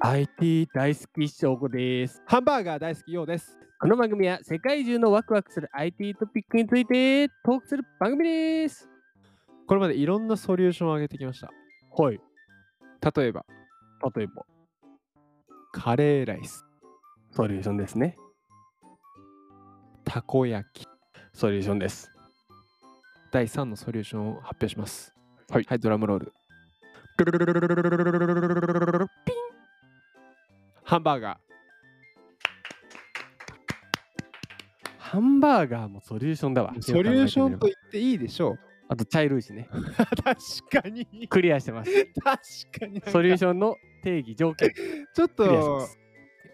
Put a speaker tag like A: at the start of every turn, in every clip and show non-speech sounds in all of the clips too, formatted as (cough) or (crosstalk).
A: IT 大好き翔子です。
B: ハンバーガー大好きようです。
A: この番組は世界中のワクワクする IT トピックについてトークする番組です。
B: これまでいろんなソリューションを上げてきました。
A: はい、
B: 例えば、
A: 例えば、
B: カレーライス、
A: ソリューションですね。
B: たこ焼き。
A: ソリューションです。
B: 第3のソリューションを発表します。
A: はい
B: ドラムロール。ハンバーガ
A: ハンバーガーもソリューションだわ。
B: ー。ソリューションと言っていいでしょう。
A: あと茶色いしね。
B: 確かに。
A: クリアしてます。
B: 確かに。
A: ソリュー
B: シ
A: ションの定義、条件、ク
B: ョン。ちょっ
A: リアしま
B: と
A: す、。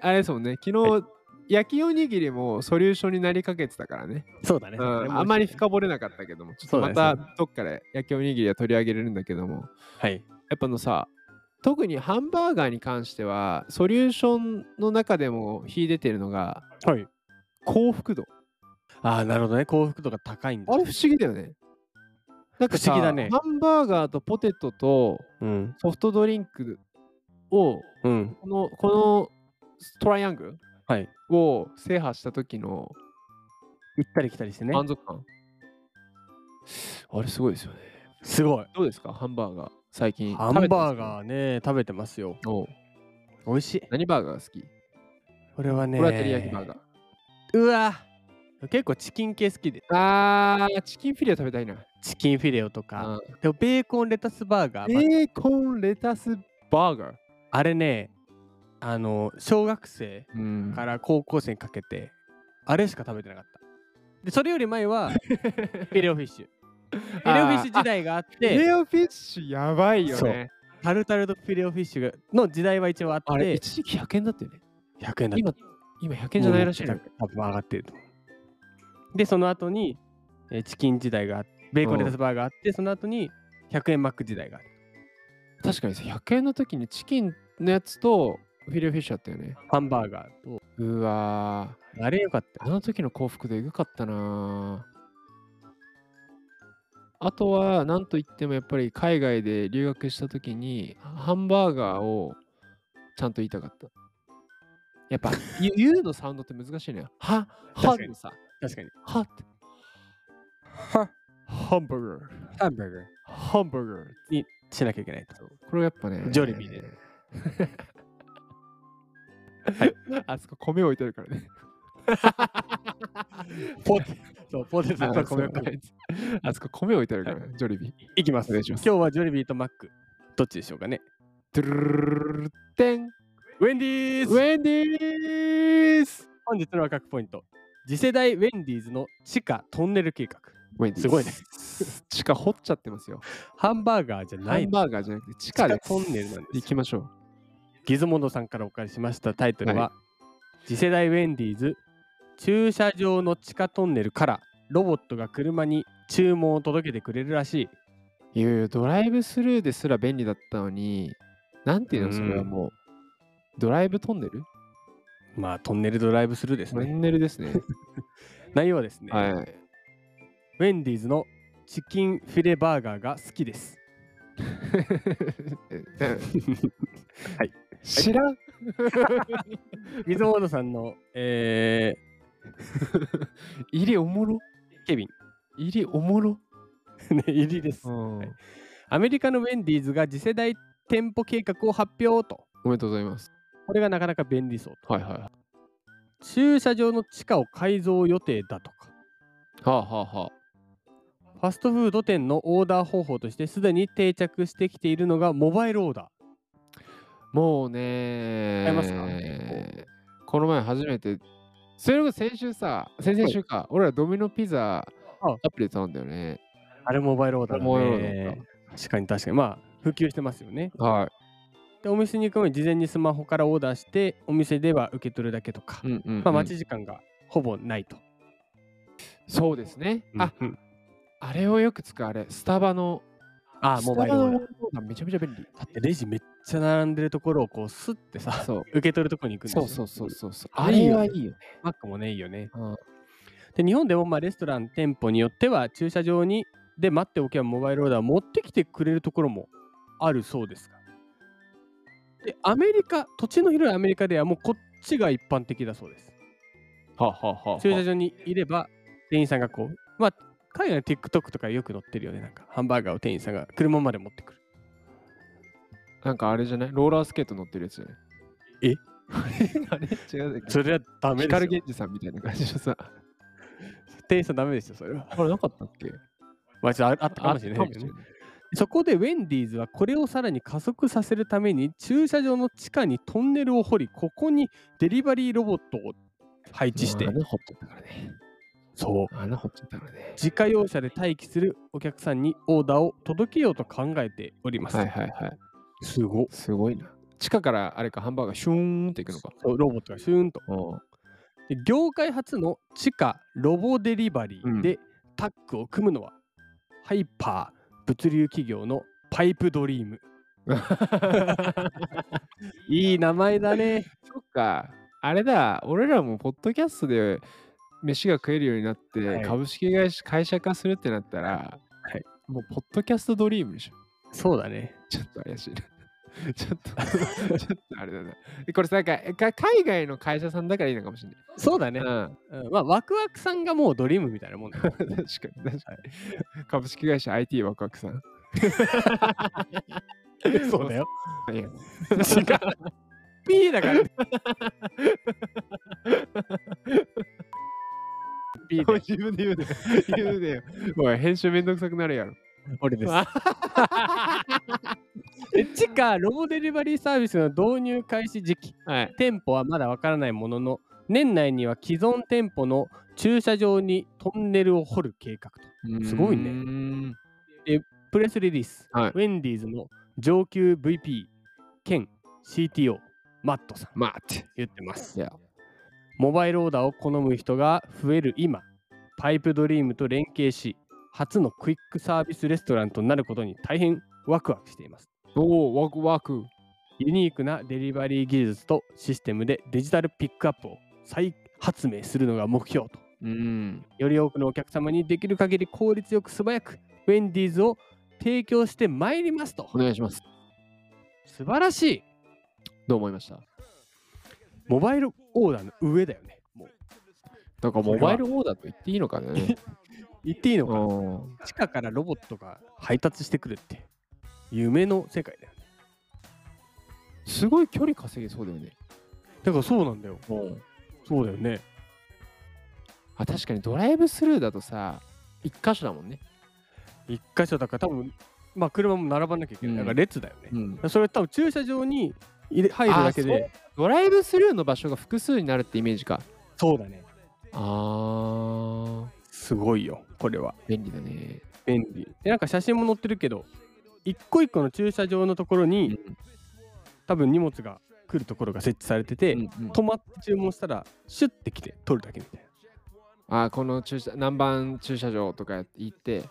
B: あれですもんね。昨日、
A: は
B: 焼きおにぎりもソリューションになりかけてたからね。
A: (laughs) そうだね。
B: うん、あんまり深掘れなかったけども、ちょっ
A: そう
B: と
A: だ
B: ま
A: ね
B: たどっから焼きおにぎりは取り上げれるんだけども、
A: はい。
B: やっぱあのさ、特にハンバーガーに関しては、ソリューションの中でも秀でてるのが
A: はい。
B: 幸福度。
A: ああ、なるほどね。幸福度が高いんだ。
B: あれ不思議だよね。なんかさ
A: 不思議だね
B: ハンバーガーとポテトと
A: うん。
B: ソフトドリンクを、
A: うん。
B: この、このトライアングル
A: はい。
B: を制覇した時の
A: 行ったり来たりしてね。
B: 満足感。あれすごいですよね。
A: すごい。
B: どうですかハンバーガー。最近。
A: ハンバーガーね、食べてますよ。
B: ー。おう
A: 美味しい。
B: 何バーガーが好き
A: これはね。
B: 俺は照り焼きバーガー。
A: うわ結構チキン系好きで
B: あー、チキンフィレオ食べたいな。
A: チキンフィレオとか、
B: うん
A: でもベーコンレタスバーガー、ま
B: ベーコンレタスバーガー。
A: あれねあの小学生
B: うん
A: から高校生にかけてあれしか食べてなかったでそれより前 (laughs) はフィレオフィッシュフィレオフィッシュ時代があっ
B: フィ
A: て
B: レオフィッシュやばいよね。
A: タルタルとフィレオフィッシュがの時代は一応あって
B: あれ、一時期100円だったよね。
A: 100円だ
B: 今、今100円じゃないらしい
A: も
B: な
A: う。多分上がってると思うでその後に、えーチキン時代があってベーコンレタスバーガーあってその後に100円マック時代がある
B: 確かにさ、100円の時にチキンのやつとフィレオフィッシュだったよね。
A: ハンバーガーと
B: うわー。
A: あれよかった
B: あの時の幸福度えぐかったなぁあとは何といってもやっぱり海外で留学した時にハンバーガーをちゃんと言いたかった。やっ (laughs) ぱゆ U のサウンドって難しいね。は、は
A: 確かに
B: のさ、
A: 確かに
B: はって。
A: は
B: ハンバーガー。
A: ハンバーガー
B: ハンバーガー。
A: にしなきゃいけないと。
B: これやっぱね。
A: ジョリビーで。
B: あそこ米置いてあるからね。
A: ポテそうポテト
B: あ
A: と
B: そ
A: 米
B: こあそこ米置いてあるからね、ジョリビー。
A: いきます
B: お願いしま
A: 今
B: す
A: 日はジョリビーとマックどっちでしょうかね
B: ドゥルルルルルルルテン
A: ウェンディー
B: ウ
A: ズ
B: ェンディーズ
A: 本日の赤くポイント次世代ウェンディーズの地下トンネル計画
B: ウェンディーズ
A: すごいね。
B: 地下掘っちゃってますよ。
A: ハンバーガーじゃな
B: ハ
A: い
B: ン
A: の
B: バーガーじゃなくて地下で
A: 地下トンネルなんですよ
B: 行きましょう。
A: ギズモンドさんからお借りしましたタイトルは、
B: は
A: 次世代ウェンディーズ駐車場の地下トンネルからロボットが車に注文を届けてくれるらしい
B: いやいや、ドライブスルーですら便利だったのに、なんていう
A: う
B: の
A: ん
B: それはもう。ドライブトンネル
A: まあトンネルドライブスルーです
B: ト
A: ね
B: ンネルですね。
A: 内容はですね、
B: はい。
A: ウェンディーズのチキンフィレバーガーが好きです。はい。
B: 知らん
A: 水本さんの、え
B: 入りおもろ
A: ー、ケビン、
B: 入りおもろ
A: ね、入りです。
B: うん
A: はいアメリカのウェンディーズが次世代店舗計画を発表と。
B: おめでとうございます。
A: これがなかなか便利そうと。
B: はいはいはい。は
A: 駐車場の地下を改造予定だとか。
B: あはあはあ。
A: ファストフード店のオーダー方法としてすでに定着してきているのがモバイルオーダ
B: もうね
A: 買えますか
B: この前初めて、それこそ先週さ、先々週か、俺らドミノピザアプリで頼んだよね。
A: ー。あれモバイルオーダーだね。
B: モバイルオーダーだ
A: 確かに確かに。まあ普及してますよね。
B: は
A: でお店に行く前に事前にスマホからオーダーしてお店では受け取るだけとか、
B: い。うんうんうん
A: まあ、待ち時間がほぼないと。
B: そうですね。あ
A: あ、うん
B: あれをよく使うあれ、スタバの。
A: あモバイルオーダーだ
B: ーめちゃめちゃ便利。
A: ってレジめっちゃ並んでるところをこうスッてさ
B: そう。
A: (laughs) 受け取るとこに行くんです
B: そ
A: よ
B: うそうそうそうそう。
A: あ
B: あ
A: れいい
B: れ
A: よね
B: はいいよね。
A: マックもねいいよね
B: うん
A: で日本でもまあレストラン店舗によっては駐車場にで待っておけばモバイルオーダーを持ってきてくれるところもあるそうですがでアメリカ土地の広いアメリカではもうこっちが一般的だそうです
B: はははは
A: 駐車場にいれば店員さんがこうまあ海外の TikTok とかよく載ってるよねなんかハンバーガーを店員さんが車まで持ってくる
B: なんかあれじゃないローラースケート乗ってるやつじゃない
A: え
B: あれ違うだっけ
A: それはダメです
B: 光
A: よ
B: 源氏さんみたいな感じのさ。
A: 店員さんダメですよそれは
B: あれなかったっけ
A: まあちょっとああったかもしれないけどねそこでウェンディーズはこれをさらに加速させるために駐車場の地下にトンネルを掘りここにデリバリーロボットを配置して
B: 穴掘っちゃったからね。
A: そう
B: 穴掘っちゃったからね。
A: 自家用車で待機するお客さんにオーダーを届けようと考えております、
B: はいはいはい。
A: すごっ
B: すごいな。地下からあれかハンバーガーシューンっていくのか。
A: そうロボットがシューンと
B: うん
A: で業界初の地下ロボデリバリーでタッグを組むのは、ハイパー物流企業のパイプド
B: (laughs)
A: リーム (laughs) いい名前だね
B: そっか。あれだ、俺らもポッドキャストで飯が食えるようになって、
A: はい
B: 株式会社会社化するってなったら、
A: はい
B: もうポッドキャストドリームでしょ。
A: そうだね
B: ちょっと怪しいな。 (laughs) ちょっと、ち (laughs) ょっとあれだな。これさ、かか海外の会社さんだからいいのかもしれない。
A: そうだね
B: う、ん、
A: うんまあワクワクさんがもうドリームみたいなも
B: (laughs)
A: んだ
B: 確かに確かに。株式会社 IT ワクワクさん。
A: そうだよ
B: いや
A: 違う P だから P で
B: 自分で言うでよ。言うでよ。おい、編集めんどくさくなるやろ。
A: 俺です。 (laughs) 地下ロボデリバリーサービスの導入開始時期、
B: はい。
A: 店舗はまだわからないものの、年内には既存店舗の駐車場にトンネルを掘る計画と。すごいね
B: うーん。
A: プレスリリース、
B: はい
A: ウェンディーズの上級 VP 兼 CTO、マットさん
B: 待って。
A: 言ってます
B: いや。
A: モバイルオーダーを好む人が増える今、パイプドリームと連携し、初のクイックサービスレストランとなることに大変ワクワクしています。
B: おお、ワクワク。
A: ユニークなデリバリー技術とシステムでデジタルピックアップを再発明するのが目標と。
B: うん。
A: より多くのお客様にできる限り効率よく素早くウェンディーズを提供してまいりますと
B: お。願いします。
A: 素晴らしい
B: どう思いました
A: モバイルオーダーの上だよね。もう
B: だから
A: そ
B: モ
A: れは
B: バイルオーダーと言っていいのかね。 (laughs)
A: 言っていいのか
B: うん
A: 地下からロボットが配達してくるって夢の世界だよね。
B: すごい距離稼げそうだよね。
A: だからそうなんだよ。
B: うん
A: そうだよね。
B: あ確かにドライブスルーだとさ、一箇所だもんね。
A: 一箇所だから多分、まあ車も並ばなきゃいけない。だから列だよね。
B: うん、
A: それ多分駐車場に入れ入るだけで。
B: ドライブスルーの場所が複数になるってイメージか。
A: そうだね。
B: あー、
A: すごいよ、これは。
B: 便利だね。
A: 便利。で、なんか写真も載ってるけど、一個一個の駐車場のところに、多分荷物が来るところが設置されてて、
B: うんうん
A: 止まって注文したら、シュッて来て取るだけみたいな。
B: あーこの駐車何番駐車場とか行って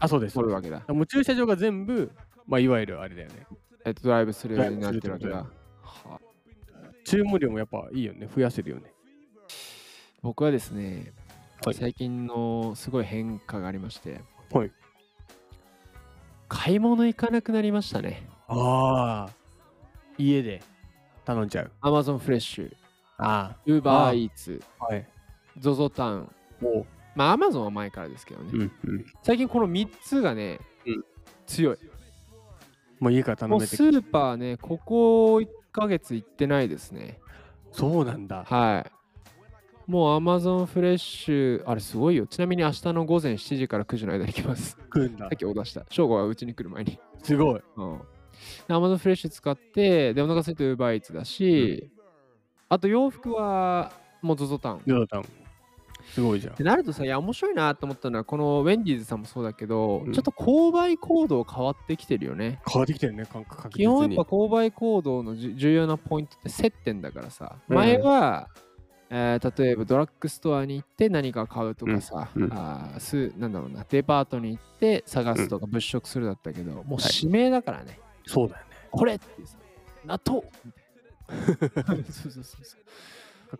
A: あ、そうです。
B: 取るわけだ。
A: もう駐車場が全部、まあ、いわゆるあれだよね。
B: えっとドライブスルーになってるわけ
A: ドラ
B: だ
A: イブ。注文量もやっぱいいよね。増やせるよね。
B: 僕はですね、
A: はい
B: 最近のすごい変化がありまして、
A: はい
B: 買い物行かなくなりましたね。
A: ああ。家で頼んじゃう。
B: Amazon フレッシュ、
A: あ
B: Uber Eats、
A: あ。はい。
B: ZOZO タウン、
A: おう。
B: まあ Amazon は前からですけどね、
A: んうん。
B: 最近この3つがね、
A: うん
B: 強い。
A: もう家から頼
B: もう
A: めて
B: スーパーね、ここ1ヶ月行ってないですね。
A: そうなんだ。
B: はい。もう Amazon フレッシュ、あれすごいよ。ちなみに明日の午前7時から9時の間に行きます。さ
A: 来るんだ
B: っ。きオーダーした。正午はうちに来る前に。
A: すごい。
B: うん。で Amazon フレッシュ使って、で、お腹空いて UberEats だし、あと洋服はもう ZOZO タウン。
A: ヨダタン。すごいじゃん
B: っ。てなるとさ、いや、面白いなと思ったのは、このウェンディーズさんもそうだけど、
A: うん
B: ちょっと購買行動変わってきてるよね。
A: 変わってきてるね、感覚確
B: 基本や
A: 実
B: っ
A: に
B: ぱ。購買行動のじ重要なポイントって接点だからさ、
A: うん
B: 前は、えー例えばドラッグストアに行って何か買うとかさ、
A: うんうん
B: あーすなんだろうなデパートに行って探すとか物色するだったけど、もう
A: はい
B: 指名だからね、
A: そうだよね。
B: これってさ納
A: (laughs)
B: 豆みたいなそうそうそうそう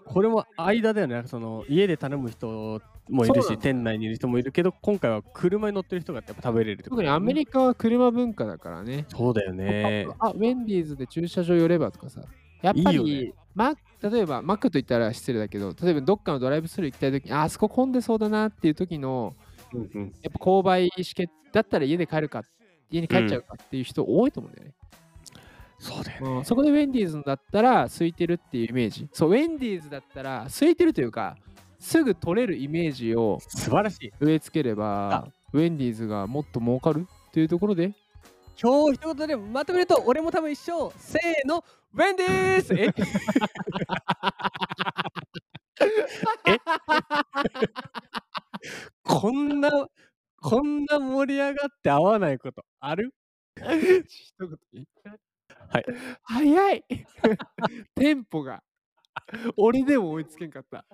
A: これも間だよね、その家で頼む人もい
B: そ
A: る
B: うなん
A: し、
B: だ
A: 店内にいる人もいるけど、今回は車に乗ってる人がやっぱ食べれるってこと
B: 特に
A: だよね
B: アメリカは車文化だからね。
A: そうだよね。
B: あ、ウェンディーズで駐車場寄ればとかさ。やっぱ
A: いい
B: り
A: よね
B: マ例えばマックと言ったら失礼だけど、例えばどっかのドライブスルー行きたいときに、ああそこ混んでそうだなっていう時の、やっぱ購買意識だったら家で帰るか、家に帰っちゃうかっていう人多いと思うんだよね。
A: そうだよね。
B: うんそこでウェンディーズだったら空いてるっていうイメージ。そう、ウェンディーズだったら空いてるというか、すぐ取れるイメージを
A: 素晴らしい。
B: 植え付ければ、ウェンディーズがもっと儲かるっていうところで、
A: 今日一言でまとめると、俺も多分一生、せーの、ウェンディーズえ (laughs) え (laughs) こんな、こんな盛り上がって合わないことある (laughs)
B: 一言言った
A: はい。
B: 早いテンポが。俺でも追いつけんかった。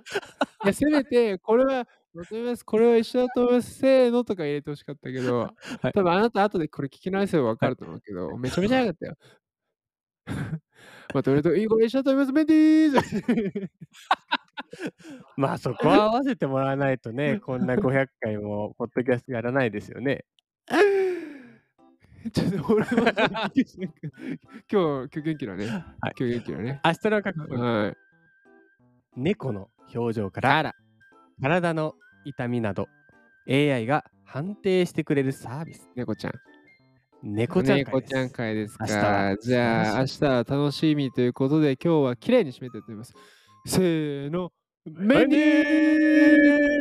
B: いや、せめて、これは、まとめます。これは一緒だと思います。せーのとか入れてほしかったけど、
A: はい
B: 多分あなた後でこれ聞き直せば分かると思うけど、めちゃめちゃ早かったよ。まとめると、いいこれ一緒だと思います。メンディーズ
A: まあそこは合わせてもらわないとね、こんな500回もポッドキャストやらないですよね。
B: ちょっと俺はちょっと元気しなく今日、今日元気だね。今日元気だね。
A: 明日の覚悟、
B: はい。
A: 猫の表情から
B: あら。
A: 体の痛みなど AI が判定してくれるサービス、
B: 猫ちゃん。
A: 猫ちゃん会です。
B: 猫ちゃん会です
A: 明日は
B: か。じゃあ、明日は楽しみということで、今日は綺麗に締めていってみます。せーの、メンディー